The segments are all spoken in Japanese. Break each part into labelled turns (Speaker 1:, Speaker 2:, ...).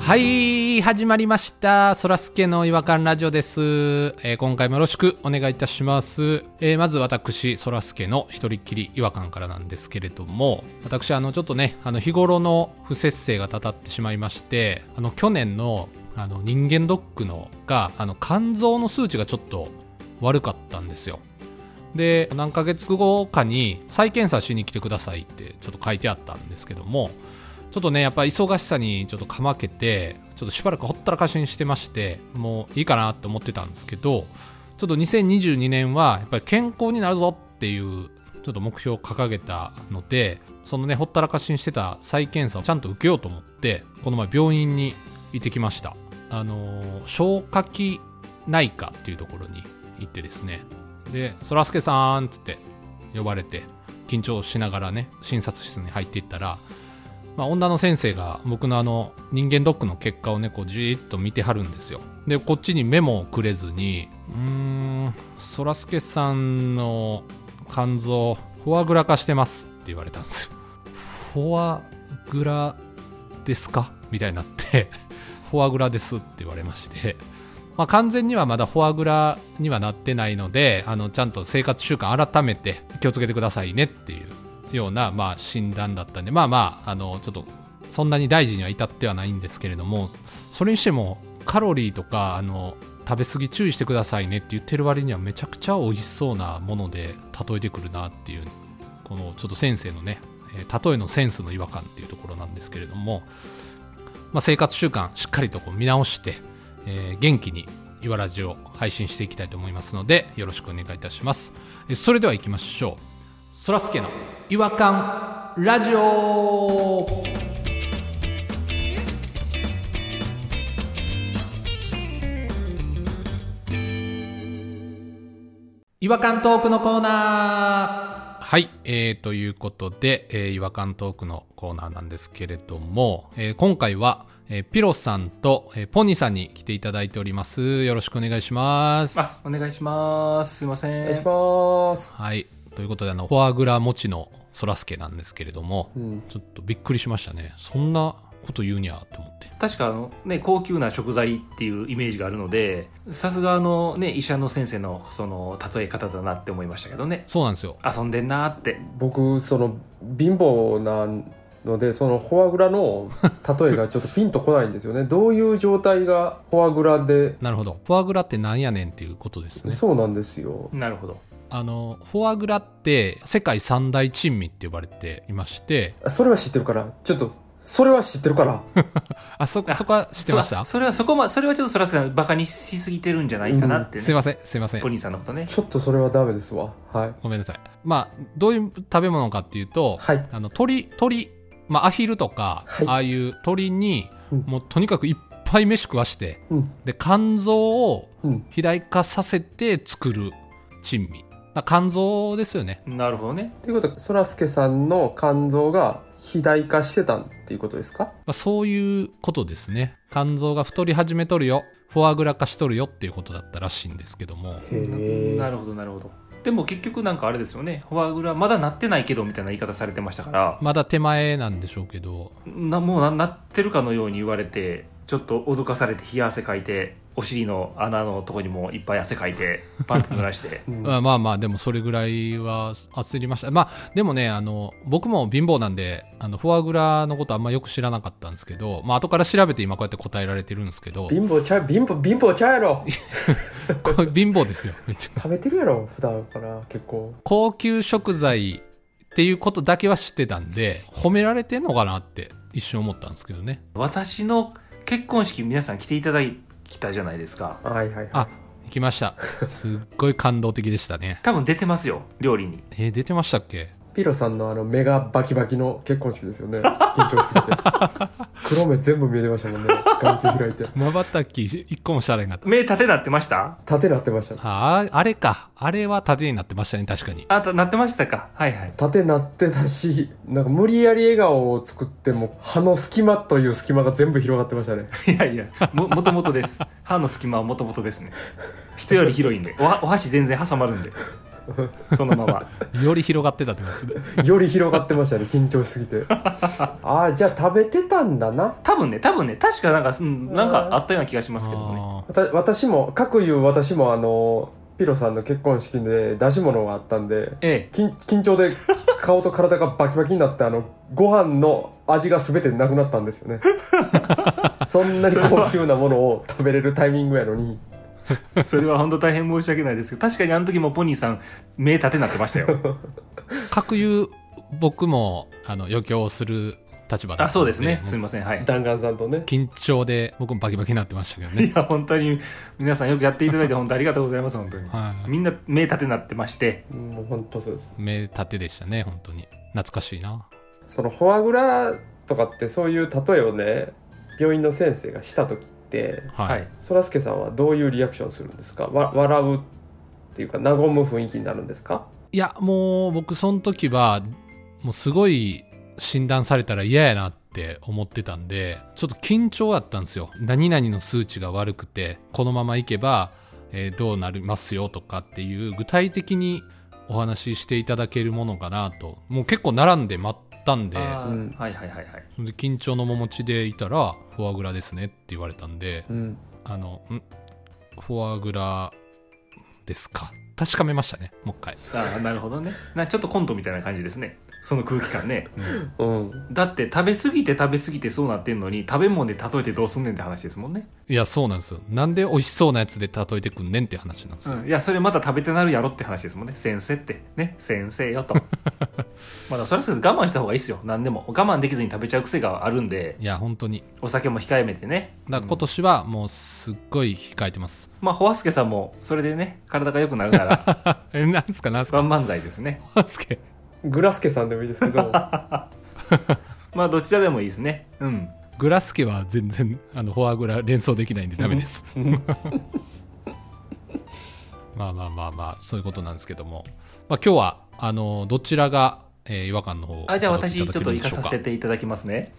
Speaker 1: はい、始まりました。そらすけの違和感ラジオです。えー今回もよろしくお願いいたします。えーまず私、そらすけの一人っきり違和感からなんですけれども、私、あの、ちょっとね、あの、日頃の不節制がたたってしまいまして、あの、去年の、あの、人間ドックのが、あの、肝臓の数値がちょっと悪かったんですよ。で何ヶ月後かに再検査しに来てくださいってちょっと書いてあったんですけどもちょっとねやっぱ忙しさにちょっとかまけてちょっとしばらくほったらかしにしてましてもういいかなって思ってたんですけどちょっと2022年はやっぱり健康になるぞっていうちょっと目標を掲げたのでそのねほったらかしにしてた再検査をちゃんと受けようと思ってこの前病院に行ってきましたあのー消化器内科っていうところに行ってですねで「そらすけさん」っつって呼ばれて緊張しながらね診察室に入っていったら、まあ、女の先生が僕のあの人間ドックの結果をねこうじーっと見てはるんですよでこっちにメモをくれずに「うーんそらすけさんの肝臓フォアグラ化してます」って言われたんですよフォアグラですかみたいになって 「フォアグラです」って言われましてまあ、完全にはまだフォアグラにはなってないのであのちゃんと生活習慣改めて気をつけてくださいねっていうような、まあ、診断だったんでまあまああのちょっとそんなに大事には至ってはないんですけれどもそれにしてもカロリーとかあの食べ過ぎ注意してくださいねって言ってる割にはめちゃくちゃ美味しそうなもので例えてくるなっていうこのちょっと先生のねえー例えのセンスの違和感っていうところなんですけれども、まあ、生活習慣しっかりとこう見直して、えー元気に「いわらじ」を配信していきたいと思いますのでよろしくお願いいたしますえーそれでは行きましょうそらすけの「違和感ラジオ」違和感トークのコーナーはい、えー、ということで、えー違和感トークのコーナーなんですけれども、えー今回は、えーピロさんと、えーポニーさんに来ていただいております。よろしくお願いします。
Speaker 2: あ、お願いします。すいません。
Speaker 3: お願いします。
Speaker 1: はい。ということで、あの、フォアグラ持ちのそらすけなんですけれども、
Speaker 3: うん。
Speaker 1: ちょっとびっくりしましたね。そんなこと言うにゃと思って。
Speaker 2: 確かあの、ね、高級な食材っていうイメージがあるので、さすがあの、ね、医者の先生のその、例え方だなって思いましたけどね。
Speaker 1: そうなんですよ。
Speaker 2: 遊んでんなーって。
Speaker 3: 僕その貧乏なのでそのフォアグラの例えがちょっとピンとこないんですよ ね。どういう状態がフォアグラで、
Speaker 1: なるほど。フォアグラってなんやねんっていうことですね。
Speaker 3: そうなんですよ。
Speaker 2: なるほど。
Speaker 1: あの、フォアグラって世界三大珍味って呼ばれていまして、
Speaker 3: あそれは知ってるから。ちょっとそれは知ってる から。
Speaker 1: あ、そ、そこは知ってました
Speaker 2: そそれはそこま、それはちょっとそらすがバカにしすぎてるんじゃないかなってね。
Speaker 1: すいません、すいません
Speaker 2: ポ。ニーさんのことね。
Speaker 3: ちょっとそれはダメですわ。はい。
Speaker 1: ごめんなさい。まあ、どういう食べ物かっていうと、
Speaker 3: はい。
Speaker 1: あの、鳥、鳥、まあ、アヒルとか、
Speaker 3: はい
Speaker 1: ああいう鳥に、
Speaker 3: うん
Speaker 1: もうとにかくいっぱい飯食わして、
Speaker 3: うん
Speaker 1: で、肝臓を
Speaker 3: うん。
Speaker 1: 肥大化させて作る珍味。だから肝臓ですよね。
Speaker 2: なるほどね。
Speaker 3: ということはそらすけさんの肝臓が肥大化してたっていうことですか？
Speaker 1: まあ、そういうことですね。肝臓が太り始めとるよ。フォアグラ化しとるよっていうことだったらしいんですけども。
Speaker 3: へ
Speaker 2: な
Speaker 3: え。
Speaker 2: るほど、なるほど。でも結局なんかあれですよね。フォアグラまだなってないけどみたいな言い方されてましたから、
Speaker 1: まだ手前なんでしょうけど、
Speaker 2: なもうななってるかのように言われてちょっと脅かされて冷や汗かいてお尻の穴のとこにもいっぱい汗か いてパンツ濡らして
Speaker 3: うん
Speaker 1: まあまあまあ、でもそれぐらいは焦りました。まあ、でもね、あの、僕も貧乏なんで、あの、フォアグラのことあんまよく知らなかったんですけど、まあ、後から調べて今こうやって答えられてるんですけど、
Speaker 3: 貧乏ちゃう貧乏貧乏ちゃうやろ。
Speaker 1: これ貧乏ですよ、めっちゃ
Speaker 3: 食べてるやろ普段から結構。
Speaker 1: 高級食材っていうことだけは知ってたんで、褒められてんのかなって一瞬思ったんですけどね。
Speaker 2: 私の結婚式皆さん来ていただいたじゃないですか
Speaker 3: はいはいはい。
Speaker 1: あ、行きました。すっごい感動的でしたね。
Speaker 2: 多分出てますよ料理に
Speaker 1: えー出てましたっけ
Speaker 3: ピロさんのあの目がバキバキの結婚式ですよね。緊張しすぎて。黒目全部見えてましたもんね。眼球開いて。
Speaker 1: 瞬き一個もしたらなかった。
Speaker 2: 目立てなってました
Speaker 3: 縦なってました。
Speaker 1: あー、あれか。あれは縦になってましたね、確かに。
Speaker 2: あたなってましたかはいはい
Speaker 3: 縦なってたし、なんか無理やり笑顔を作っても、歯の隙間という隙間が全部広がってましたね。
Speaker 2: いやいやももともとです歯の隙間はもともとですね人より広いんでおはお箸全然挟まるんでそのまま
Speaker 1: より広がってたってことですね
Speaker 3: より広がってましたね緊張しすぎてああじゃあ食べてたんだな
Speaker 2: 多分ね多分ね確かなんかうんなんかあったような気がしますけどね
Speaker 1: あー
Speaker 3: わた私も各言う私もあのピロさんの結婚式で出し物があったんで
Speaker 2: え
Speaker 3: 緊緊張で顔と体がバキバキになってあのご飯の味が全てなくなったんですよね そんなに高級なものを食べれるタイミングやのに
Speaker 2: えそれは本当大変申し訳ないですけど確かにあの時もポニーさん目立てなってましたよ
Speaker 1: 各有僕もあの余興をする立場だったの
Speaker 2: あそうですね
Speaker 1: もう
Speaker 2: すみませんはい
Speaker 3: 弾丸さんとね
Speaker 1: 緊張で僕もバキバキになってましたけど
Speaker 2: い
Speaker 1: ね
Speaker 2: や本当に皆さんよくやっていただいて本当ありがとうございます本当に
Speaker 1: はい
Speaker 2: みんな目立てなってまして
Speaker 3: もう本当そうです
Speaker 1: 目立てでしたね本当に懐かしいな
Speaker 3: そのフォアグラとかってそういう例えをね病院の先生がした時って
Speaker 1: はい、
Speaker 3: そらすけさんはどういうリアクションするんですかわ笑うっていうか和む雰囲気になるんですか
Speaker 1: いやもう僕その時はもうすごい診断されたら嫌やなって思ってたんでちょっと緊張だったんですよ何々の数値が悪くてこのままいけば、えーどうなりますよとかっていう具体的にお話ししていただけるものかなともう結構並んで待ったんで
Speaker 2: あー
Speaker 3: うん
Speaker 2: はいはいはいはい
Speaker 1: それで緊張の面持ちでいたらフォアグラですねって言われたんで
Speaker 3: うん
Speaker 1: あのんフォアグラですか確かめましたねもう一回
Speaker 2: ああなるほどねなちょっとコントみたいな感じですねその空気感ね
Speaker 3: うん
Speaker 2: だって食べ過ぎて食べ過ぎてそうなってんのに食べ物で例えてどうすんねんって話ですもんね、
Speaker 1: いや、そうなんですよ。なんで美味しそうなやつで例えてくんねんって話なんですよ。
Speaker 2: いやそれまた食べてなるやろって話ですもんね先生ってね先生よとまだそれはそうです我慢した方がいいですよ何でも我慢できずに食べちゃう癖があるんで
Speaker 1: いや、本当に。
Speaker 2: お酒も控えめてね
Speaker 1: だから今年はもうすっごい控えてます。
Speaker 2: まあホワスケさんもそれでね体が良くなるなら
Speaker 1: え、なんすか、なんすか。
Speaker 2: 万々歳ですね
Speaker 1: すけ。
Speaker 3: グラスケさんでもいいですけど
Speaker 2: まあどちらでもいいですねうん
Speaker 1: グラスケは全然、あの、フォアグラ連想できないんでダメです。まあまあまあまあ、そういうことなんですけども。まあ今日は、あの、どちらが、えー違和感の方を
Speaker 2: あじゃあ
Speaker 1: 語ってい
Speaker 2: 私ち
Speaker 1: ただ
Speaker 2: ょっ
Speaker 1: け
Speaker 2: と
Speaker 1: るん
Speaker 2: 行
Speaker 1: で
Speaker 2: か
Speaker 1: しょう
Speaker 2: させていただきますね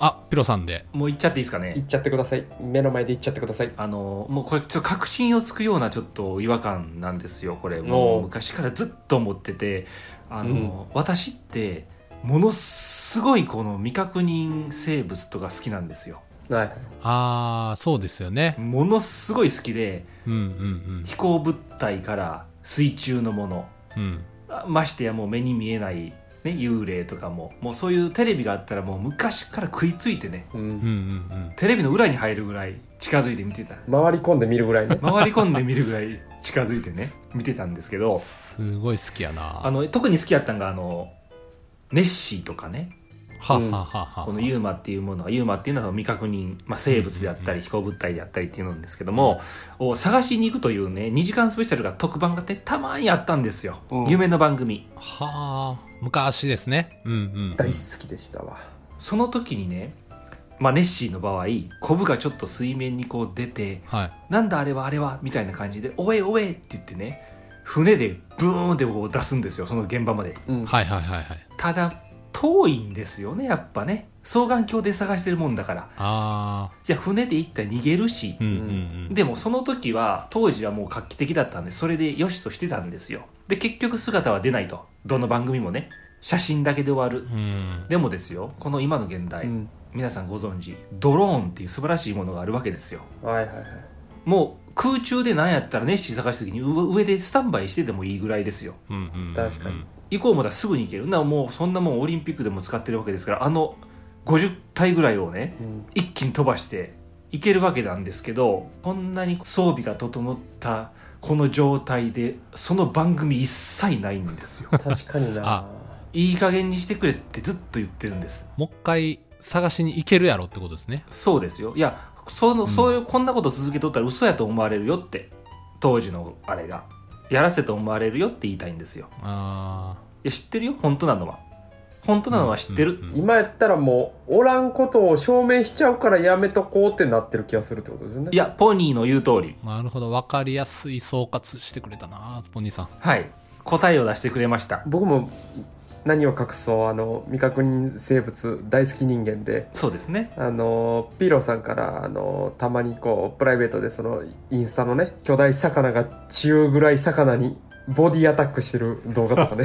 Speaker 1: あ、ピロさんで。
Speaker 2: もう行っちゃっていいですかね
Speaker 3: 行っちゃってください目の前で行っちゃってください
Speaker 2: あのもうこれちょっと確信をつくようなちょっと違和感なんですよこれ
Speaker 3: お
Speaker 2: も
Speaker 3: う
Speaker 2: う昔からずっと思っててあの、私ってものすごいこの未確認生物とか好きなんですよ
Speaker 3: はい
Speaker 1: あー、そうですよね。
Speaker 2: ものすごい好きで
Speaker 1: うんうん
Speaker 2: 飛行物体から水中のもの
Speaker 1: うん。うん。
Speaker 2: あましてやもう目に見えない、ね、幽霊とかももうそういうテレビがあったらもう昔から食いついてね
Speaker 3: う
Speaker 1: うんうん
Speaker 3: ん
Speaker 1: うん。
Speaker 2: テレビの裏に入るぐらい近づいて見てた
Speaker 3: 回り込んで見るぐらいね
Speaker 2: 回り込んで見るぐらい近づいてね見てたんですけど
Speaker 1: すごい好きやな。
Speaker 2: あの特に好きやったんがあのネッシーとかね
Speaker 1: はっはっはっは。
Speaker 2: このユーマっていうものはユーマっていうのは未確認、まあ、生物であったり飛行物体であったりっていうのですけども、を探しに行くというね2時間スペシャルが特番がてたまにあったんですよ、
Speaker 3: うん
Speaker 2: 夢の番組
Speaker 1: はあ昔ですねうんうん
Speaker 3: 大好きでしたわ
Speaker 2: その時にね、まあ、ネッシーの場合コブがちょっと水面にこう出て
Speaker 1: はい
Speaker 2: 「なんだあれはあれは」みたいな感じで「おえおえ」って言ってね船でブーンってこう出すんですよその現場まで
Speaker 3: うん
Speaker 1: はいはいはいはい
Speaker 2: ただ遠いんですよねやっぱね双眼鏡で探してるもんだから
Speaker 1: あ
Speaker 2: じゃあ船で行ったら逃げるし
Speaker 1: ーう、んうんうん
Speaker 2: でもその時は当時はもう画期的だったんでそれでよしとしてたんですよで結局姿は出ないとどの番組もね写真だけで終わる
Speaker 1: うん
Speaker 2: でもですよこの今の現代、
Speaker 3: うん
Speaker 2: 皆さんご存知ドローンっていう素晴らしいものがあるわけですよ
Speaker 3: はいはいはい
Speaker 2: もう空中で何やったらネッシー探す時にう上でスタンバイしててもいいぐらいですよ
Speaker 1: うんうんうん
Speaker 3: 確かに
Speaker 2: 以降もだすぐに行けるなもうそんなもんオリンピックでも使ってるわけですからあの50体ぐらいをね
Speaker 3: うん
Speaker 2: 一気に飛ばしていけるわけなんですけどこんなに装備が整ったこの状態でその番組一切ないんで すよ
Speaker 3: 確か にな
Speaker 2: いい加減にしてくれってずっと言ってるんです
Speaker 1: もう一回探しに行けるやろってことですね
Speaker 2: そうですよいやその、
Speaker 1: うん
Speaker 2: そういうこんなこと続けとったら嘘やと思われるよって当時のあれがやらせと思われるよって言いたいんですよ
Speaker 1: あ
Speaker 2: いや知ってるよ本当なのは本当なのは知って
Speaker 1: うん
Speaker 2: る、
Speaker 1: うんうん
Speaker 3: 今やったらもうおらんことを証明しちゃうからやめとこうってなってる気がするってことですよね
Speaker 2: いやポニーの言う通り
Speaker 1: なるほど分かりやすい総括してくれたなポニーさん
Speaker 2: はい答えを出してくれました
Speaker 3: 僕も何を隠そうあの未確認生物大好き人間で
Speaker 2: そうですね
Speaker 3: あのピーロさんからあのたまにこうプライベートでそのインスタのね巨大魚が中ぐらい魚にボディアタックしてる動画とかね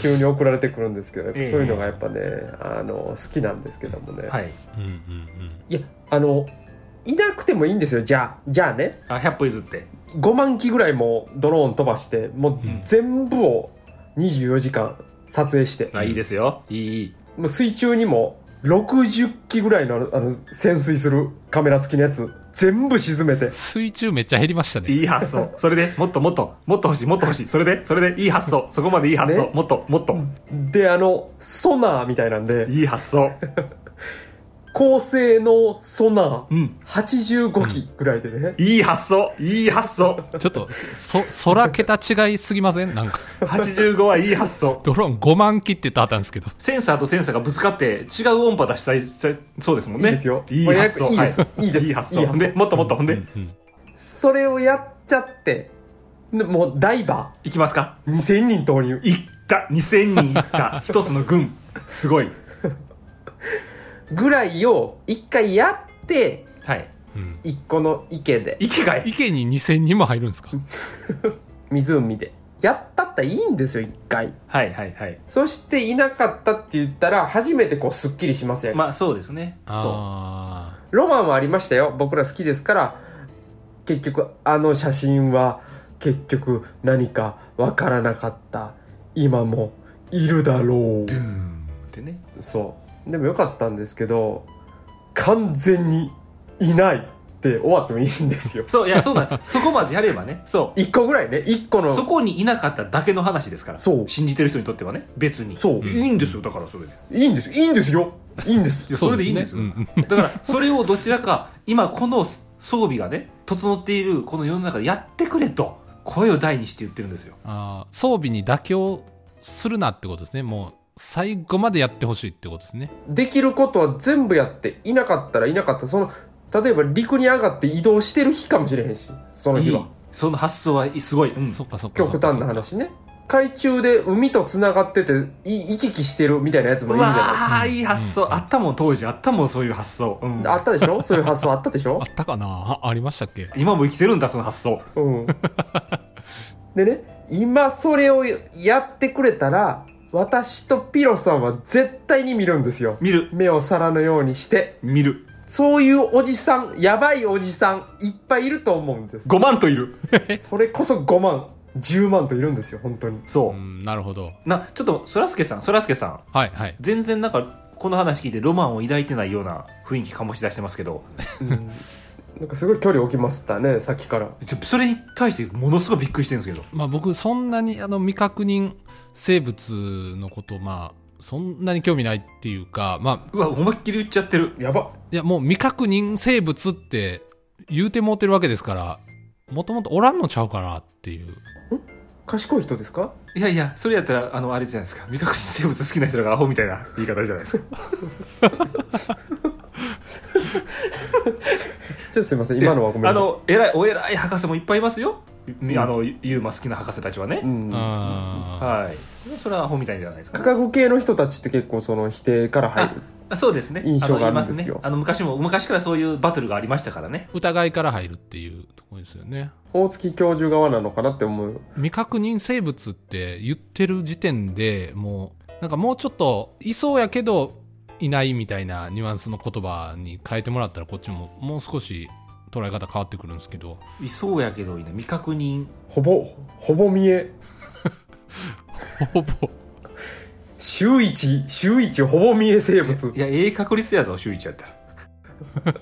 Speaker 3: 急に送られてくるんですけどやっぱそういうのがやっぱね、あの好きなんですけどもね、
Speaker 2: はい。
Speaker 1: うんうんうん
Speaker 3: いやあのいなくてもいいんですよじゃあじゃあね
Speaker 2: あ、100歩譲って。
Speaker 3: 5万機ぐらいもうドローン飛ばしてもううん全部を24時間撮影して、
Speaker 2: あ、いいですよ。いいいい。
Speaker 3: もう水中にも60機ぐらいのあのあの潜水するカメラ付きのやつ全部沈めて
Speaker 1: 水中めっちゃ減りましたね
Speaker 2: いい発想。 それで、もっともっと、もっと欲しい、もっと欲しい。それで、それで、いい発想。そこまでいい発想。
Speaker 3: ね
Speaker 2: もっと、もっと、
Speaker 3: であのソナーみたいなんで
Speaker 2: いい発想。
Speaker 3: 高性能ソナ
Speaker 2: う
Speaker 3: ー
Speaker 2: ん。
Speaker 3: 85機ぐらいでね、
Speaker 2: いい発想。いい発想。
Speaker 1: ちょっとそそ空桁違いすぎませんなんか
Speaker 2: 85はいい発想。
Speaker 1: ドローン5万機って言ったらあったんですけど
Speaker 2: センサーとセンサーがぶつかって違う音波出したい、そうですもんね。
Speaker 3: いいですよ
Speaker 2: いい発想。
Speaker 3: いいです
Speaker 2: はい
Speaker 3: いです
Speaker 2: いい発
Speaker 3: い
Speaker 2: 想。
Speaker 3: い
Speaker 2: ほん
Speaker 3: 発想
Speaker 2: で、もっともっと、ほん
Speaker 1: う
Speaker 2: で
Speaker 1: ん、うん
Speaker 3: それをやっちゃってでもうダイバ
Speaker 2: いきますか。
Speaker 3: ー2000人投入
Speaker 2: いった。2000人いった。一つの軍。すごい。
Speaker 3: ぐらいを一回やって
Speaker 2: はい。
Speaker 1: うん
Speaker 3: 一個の池で
Speaker 2: 池がい
Speaker 1: 池に2000人も入るんですか
Speaker 3: 湖でやったったらいいんですよ一回
Speaker 2: はいはいはい。
Speaker 3: そしていなかったって言ったら初めてこうすっきりしますやん、
Speaker 2: まあそうですね。そ
Speaker 1: あ
Speaker 3: ロマンはありましたよ僕ら好きですから結局あの写真は結局何かわからなかった今もいるだろ
Speaker 2: う。ドゥーンってね。
Speaker 3: うそうでもよかったんですけど完全にいないって終わってもいいんですよ
Speaker 2: そう、いや、そう なんそこまでやればね。そう。
Speaker 3: 一個ぐらいね一個の
Speaker 2: そこにいなかっただけの話ですから。
Speaker 3: そう
Speaker 2: 信じてる人にとってはね。別に。
Speaker 3: そう
Speaker 2: いいんですよ、だからそれで。
Speaker 3: いいんですいいんですよいいんで
Speaker 2: い
Speaker 3: す
Speaker 2: や
Speaker 1: あ
Speaker 2: それでいいんですよ。だから、それをどちらか、今この装備がね、整っているこの世の中でやってくれと、声を大にして言ってるんですよ。
Speaker 1: あー装備に妥協するなってことですねもう最後までやってほしいってことですね
Speaker 3: できることは全部やっていなかったらいなかったその例えば陸に上がって移動してる日かもしれへんしその
Speaker 2: い
Speaker 3: 日
Speaker 2: い
Speaker 3: は。
Speaker 2: その発想はいいすごい。うん
Speaker 1: そっかそっかそっ
Speaker 3: 極
Speaker 1: か
Speaker 3: 端な話ね海中で海とつながっててい行き来してるみたいなやつも
Speaker 2: う
Speaker 3: いいじゃないです
Speaker 2: わあいい発想、
Speaker 1: うん
Speaker 2: あったもん当時あったもんそういう発想、うん
Speaker 3: かあったでしょそういう発想あったでしょ
Speaker 1: あったかなあありましたっけ
Speaker 2: 今も生きてるんだその発想
Speaker 3: うんでね今それをやってくれたら私とピロさんは絶対に見るんですよ
Speaker 2: 見る
Speaker 3: 目を皿のようにして
Speaker 2: 見る
Speaker 3: そういうおじさんやばいおじさんいっぱいいると思うんです
Speaker 2: 5万といる
Speaker 3: それこそ5万10万といるんですよ本当に
Speaker 2: そう、
Speaker 1: うんなるほど
Speaker 2: なちょっとそらすけさんそらすけさん
Speaker 1: はいはい
Speaker 2: 全然なんかこの話聞いてロマンを抱いてないような雰囲気醸し出してますけど
Speaker 3: うんなんかすごい距離置きましたねさっきから
Speaker 2: ちょそれに対してものすごいびっくりしてるんですけど
Speaker 1: まあ僕そんなにあの未確認生物のことまあそんなに興味ないっていうかまあ
Speaker 2: うわ思いっきり言っちゃってる
Speaker 3: やば
Speaker 1: いやもう未確認生物って言うてもうてるわけですからもともとおらんのちゃうかなっていう
Speaker 3: 賢い人ですか
Speaker 2: いやいやそれやったらあのあれじゃないですか味覚生物好きな人がアホみたい な言い方じゃないですか
Speaker 3: ちょっとすいません今のはごめん
Speaker 2: あ
Speaker 3: なさい
Speaker 2: の偉いお偉い博士もいっぱいいますよ、あのユーマ好きな博士たちはね、
Speaker 3: うん
Speaker 1: あ
Speaker 2: はいそれはアホみたいじゃないですか
Speaker 3: 科学系の人たちって結構その否定から入る
Speaker 2: あそうですね
Speaker 3: 印象があるん
Speaker 2: のいます
Speaker 3: ですよ
Speaker 2: ね、あの昔も昔からそういうバトルがありましたからね
Speaker 1: ー疑いから入るっていうところですよね
Speaker 3: 大月教授側なのかなって思う
Speaker 1: 未確認生物って言ってる時点でもうなんかもうちょっといそうやけどいないみたいなニュアンスの言葉に変えてもらったらこっちももう少し捉え方変わってくるんですけど
Speaker 2: いそうやけどいない未確認
Speaker 3: ほぼほぼ見え
Speaker 1: ほぼ
Speaker 3: 週一週一ほぼ見え生物
Speaker 2: いやええ確率やぞ周一やったら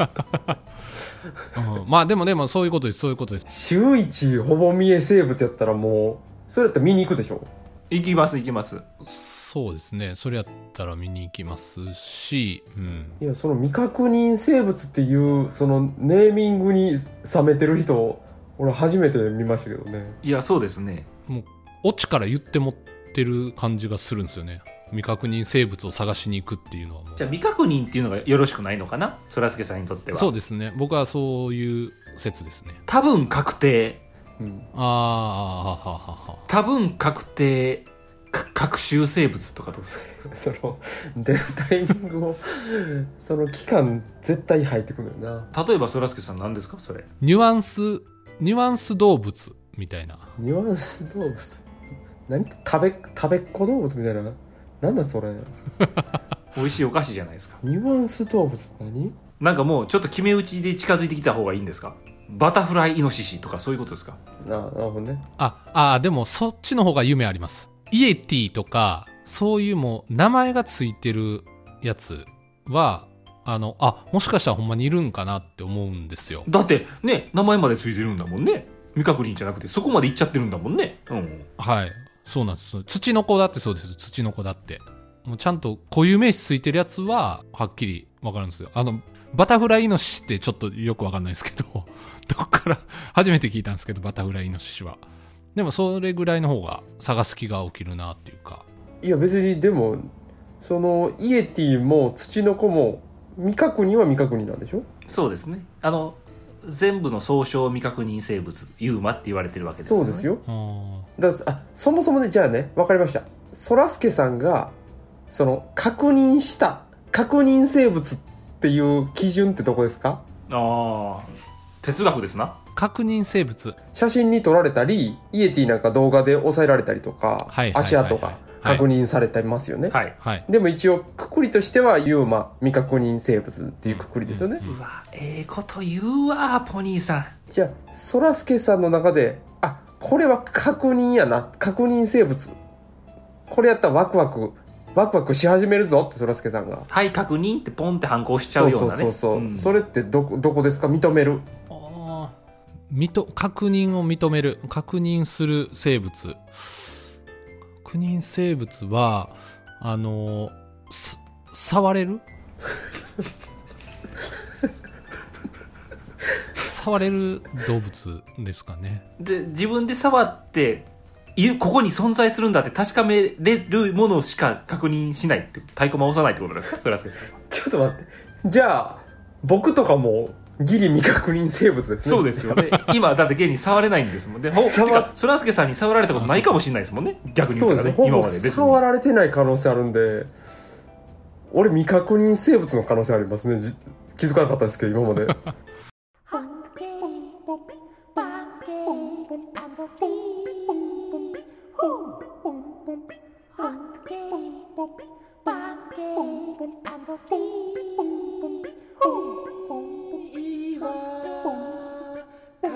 Speaker 1: うんまあでもでもそういうことですそういうことです
Speaker 3: 週一ほぼ見え生物やったらもうそれやったら見に行くでしょ
Speaker 2: 行きます行きます
Speaker 1: そうですねそれやったら見に行きますし、うん、
Speaker 3: いやその未確認生物っていうそのネーミングに冷めてる人俺初めて見ましたけどね
Speaker 2: いやそうですね
Speaker 1: オチから言って持ってる感じがするんですよね未確認生物を探しに行くっていうのはもう
Speaker 2: じゃあ未確認っていうのがよろしくないのかなそらすけさんにとっては
Speaker 1: そうですね僕はそういう説ですね
Speaker 2: 多分確定
Speaker 3: うん
Speaker 1: ああはははは
Speaker 2: 多分確定か学習生物とかどうですか
Speaker 3: その出るタイミングをその期間絶対入ってくるよな
Speaker 2: 例えばそらすけさん何ですかそれ
Speaker 1: ニュアンスニュアンス動物みたいな
Speaker 3: ニュアンス動物何食べ食べっ子動物みたいななんだそれ
Speaker 2: 美味しいお菓子じゃないですか
Speaker 3: ニュアンス動物何
Speaker 2: なんかもうちょっと決め打ちで近づいてきた方がいいんですかバタフライイノシシとかそういうことですか
Speaker 3: ななるほどね
Speaker 1: ああーでもそっちの方が夢ありますイエティとかそういうもう名前がついてるやつはあのあもしかしたらほんまにいるんかなって思うんですよ
Speaker 2: だってね名前までついてるんだもんね未確認じゃなくてそこまで行っちゃってるんだもんねうん
Speaker 1: はいそうなんです土の子だってそうです土の子だってもうちゃんと固有名詞ついてるやつははっきりわかるんですよあのバタフライイノシシってちょっとよくわかんないですけど どっから初めて聞いたんですけどバタフライイノシシはでもそれぐらいの方が探す気が起きるなっていうか
Speaker 3: いや別にでもそのイエティもツチノコも未確認は未確認なんでしょ
Speaker 2: そうですねあの全部の総称未確認生物ユーマって言われてるわけです
Speaker 3: そうですよ
Speaker 1: あー
Speaker 3: だからあそもそもねじゃあねわかりましたそらすけさんがその確認した確認生物っていう基準ってどこですか
Speaker 2: ああ哲学ですな
Speaker 1: 確認生物
Speaker 3: 写真に撮られたりイエティなんか動画で抑えられたりとか、
Speaker 1: はいはいはいはい
Speaker 3: 足跡が確認されてますよね、
Speaker 2: はい
Speaker 1: はい
Speaker 3: でも一応くくりとしてはユーマ未確認生物っていうくくりですよね、
Speaker 2: うわええこと言うわポニーさん
Speaker 3: じゃあそらすけさんの中であこれは確認やな確認生物これやったらワクワクワクワクし始めるぞってそらすけさんが
Speaker 2: はい確認ってポンって反抗しちゃうようなね
Speaker 3: そうそうそうそう、
Speaker 2: ん
Speaker 3: それってどこどこですか認める
Speaker 1: あー認確認を認める確認する生物確認生物はあのーす触れる 触れる動物ですかね
Speaker 2: で自分で触っているここに存在するんだって確かめれるものしか確認しないって太鼓回さないってことですかそれはそうです
Speaker 3: ちょっと待ってじゃあ僕とかもギリ未確認生物ですね
Speaker 2: そうですよね今だって現に触れないんですもんでほ
Speaker 3: 触
Speaker 2: てかそらすけさんに触られたことないかもしれないですもんね逆に
Speaker 3: そう
Speaker 2: 言っ
Speaker 3: で
Speaker 2: た
Speaker 3: す
Speaker 2: ら
Speaker 3: ね
Speaker 2: ね
Speaker 3: ほ
Speaker 2: 今
Speaker 3: ぼ
Speaker 2: まで別
Speaker 3: 触
Speaker 2: に
Speaker 3: られてない可能性あるんで俺未確認生物の可能性ありますねじ気づかなかったですけど 今まで
Speaker 4: Hunky,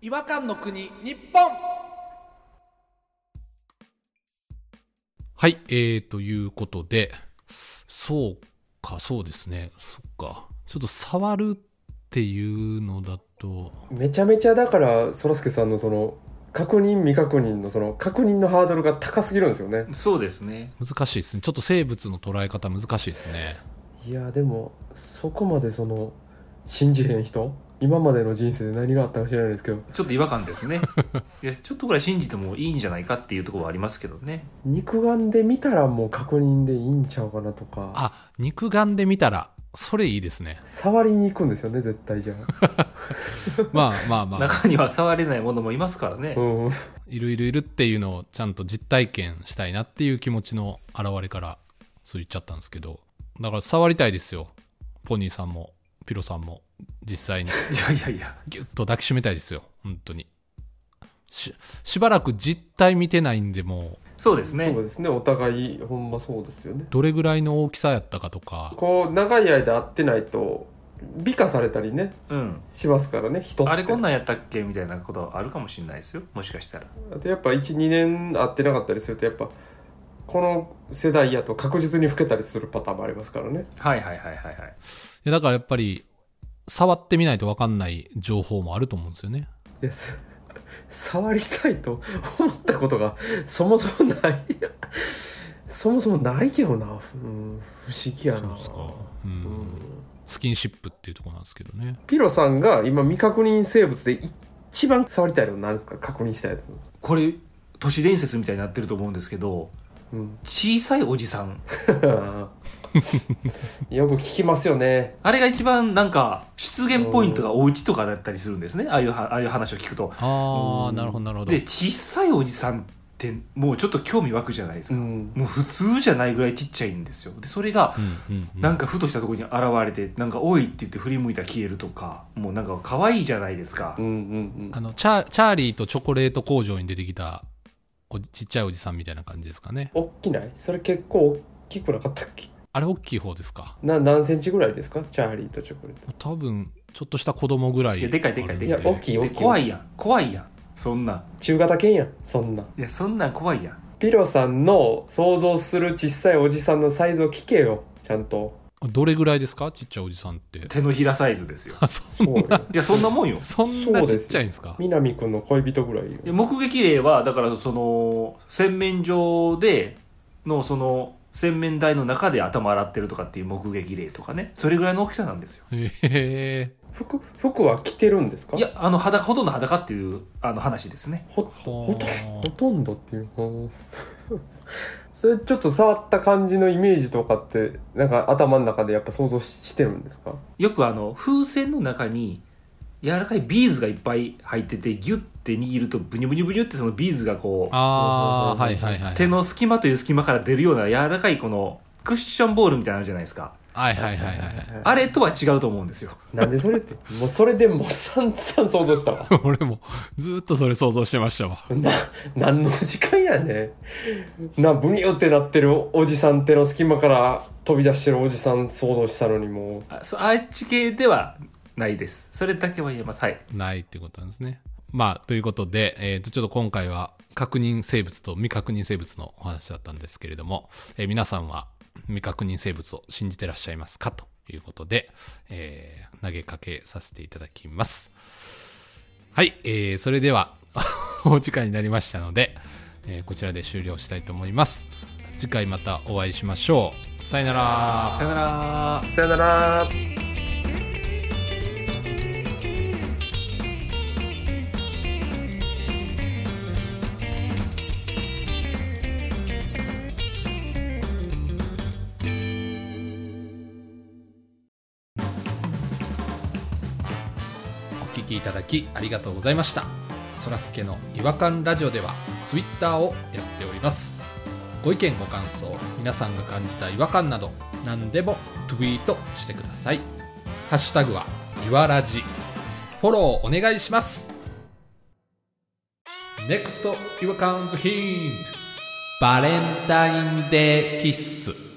Speaker 5: 違和感の国日本
Speaker 1: はい、えー、ということで、そうか、そうですね、そっか。ちょっと触るっていうのだと、
Speaker 3: めちゃめちゃだからそらすけさんのその確認未確認のその確認のハードルが高すぎるんですよね
Speaker 2: そうですね
Speaker 1: 難しいですね。ちょっと生物の捉え方難しいですね。
Speaker 3: いやでもそこまでその信じへん人今までの人生で何があったか知らないですけど
Speaker 2: ちょっと違和感 ですねいやちょっとぐらい信じてもいいんじゃないかっていうところはありますけどね
Speaker 3: 肉眼で見たらもう確認でいいんちゃうかなとか。
Speaker 1: あ、肉眼で見たら、それいいですね
Speaker 3: 触りに行くんですよね絶対じゃ あ
Speaker 1: まあまあまあ、
Speaker 2: 中には触れないものもいますからね
Speaker 3: うん
Speaker 1: いるいるいるっていうのをちゃんと実体験したいなっていう気持ちの表れから、そう言っちゃったんですけど、だから触りたいですよ。ポニーさんも、ピロさんも、実際に。
Speaker 2: いやいやいや
Speaker 1: ギュッと抱きしめたいですよ本当にししばらく実態見てないんでもう
Speaker 2: そうですね
Speaker 3: そうですねお互いほんまそうですよね
Speaker 1: どれぐらいの大きさやったかとか
Speaker 3: こう長い間会ってないと美化されたりね
Speaker 2: うん
Speaker 3: しますからね人って
Speaker 2: あれこんなんやったっけみたいなことあるかもしれないですよもしかしたら
Speaker 3: あとやっぱ12年会ってなかったりするとやっぱこの世代やと確実に老けたりするパターンもありますからね
Speaker 2: はいはいはいはいはい
Speaker 1: いやだからやっぱり触ってみないと分かんない情報もあると思うんですよね
Speaker 3: いやす触りたいと思ったことが そもそもないそもそもないけどな、うん、不思議やな
Speaker 1: うんスキンシップっていうところなんですけどね
Speaker 3: ピロさんが今未確認生物で一番触りたいの何ですか確認したやつ、
Speaker 2: これ都市伝説みたいになってると思うんですけど
Speaker 3: うん、
Speaker 2: 小さいおじさん
Speaker 3: よく聞きますよね
Speaker 2: あれが一番なんか出現ポイントがお家とかだったりするんですねああいうはああいう話を聞くと
Speaker 1: ああなるほどなるほど
Speaker 2: で小さいおじさんっってもうちょっと興味湧くじゃないです
Speaker 3: う
Speaker 2: か、
Speaker 3: ん
Speaker 2: もう普通じゃないぐらいちっちゃいんですよでそれが
Speaker 1: うんうん
Speaker 2: なんかふとしたところに現れてなんか「おい」って言って振り向いたら消えるとかもうなんか可愛いじゃないですか
Speaker 3: うんうん
Speaker 1: あのチャーチャーリーとチョコレート工場に出てきたおじちっちゃいおじさんみたいな感じですかね
Speaker 3: おっきないそれ結構大きくなかったっけ
Speaker 1: あれ大きい方ですか
Speaker 3: な何センチぐらいですかチャーリーとチョコレート
Speaker 1: 多分ちょっとした子供ぐらい
Speaker 2: いやでかいでかいで
Speaker 3: いや大きい大
Speaker 2: で
Speaker 3: きい
Speaker 2: 怖いやん怖いやんそんなん
Speaker 3: 中型犬やんそんない
Speaker 2: やそんなん怖いやん
Speaker 3: ピロさんの想像する小さいおじさんのサイズを聞けよちゃんと
Speaker 1: どれぐらいですかちっちゃいおじさんって
Speaker 2: 手のひらサイズですよ
Speaker 1: あそ
Speaker 3: そうよ
Speaker 2: いやそんなもんよ
Speaker 1: そんなちっちゃいんですか
Speaker 3: 南くんの恋人ぐらいよ
Speaker 2: いや目撃例はだからその洗面所でのその洗面台の中で頭洗ってるとかっていう目撃例とかねそれぐらいの大きさなんですよ
Speaker 1: へえ
Speaker 3: 服服は着てるんですか
Speaker 2: いやあの裸ほとんど裸っていうあの話ですね
Speaker 3: ほ
Speaker 1: ほー
Speaker 3: ほとほとんどっていうか それちょっと触った感じのイメージとかってなんか頭の中でやっぱ想像ししてるんですか
Speaker 2: よくあの風船の中に柔らかいビーズがいっぱい入っててギュッて握るとブニュブニュブニュってそのビーズがこう
Speaker 1: ああはいはいはい
Speaker 2: 手の隙間という隙間から出るような柔らかいこのクッションボールみたいなのあるじゃないですか
Speaker 1: はいはいはいはい
Speaker 2: あれとは違うと思うんですよ
Speaker 3: なんでそれって もうそれでもう散々想像したわ
Speaker 1: 俺もずっとそれ想像してましたわ
Speaker 3: な何の時間やねんなブニュってなってるおじさん手の隙間から飛び出してるおじさん想像したのにもう
Speaker 2: あそあっち系ではないですそれだけは言えますはい
Speaker 1: ないってことなんですねまあということで、えー、とちょっと今回は確認生物と未確認生物のお話だったんですけれども、えー皆さんは未確認生物を信じてらっしゃいますかということで、えー投げかけさせていただきますはい、えーそれでは お時間になりましたので、えーこちらで終了したいと思います次回またお会いしましょうさよなら
Speaker 2: さよなら
Speaker 3: さよなら
Speaker 1: お聞きいただきありがとうございましたそらすけの違和感ラジオではツイッターをやっておりますご意見ご感想皆さんが感じた違和感など何でもツイートしてくださいハッシュタグはいわらじフォローお願いします NEXT 違和感ズヒントバレンタインデーキッス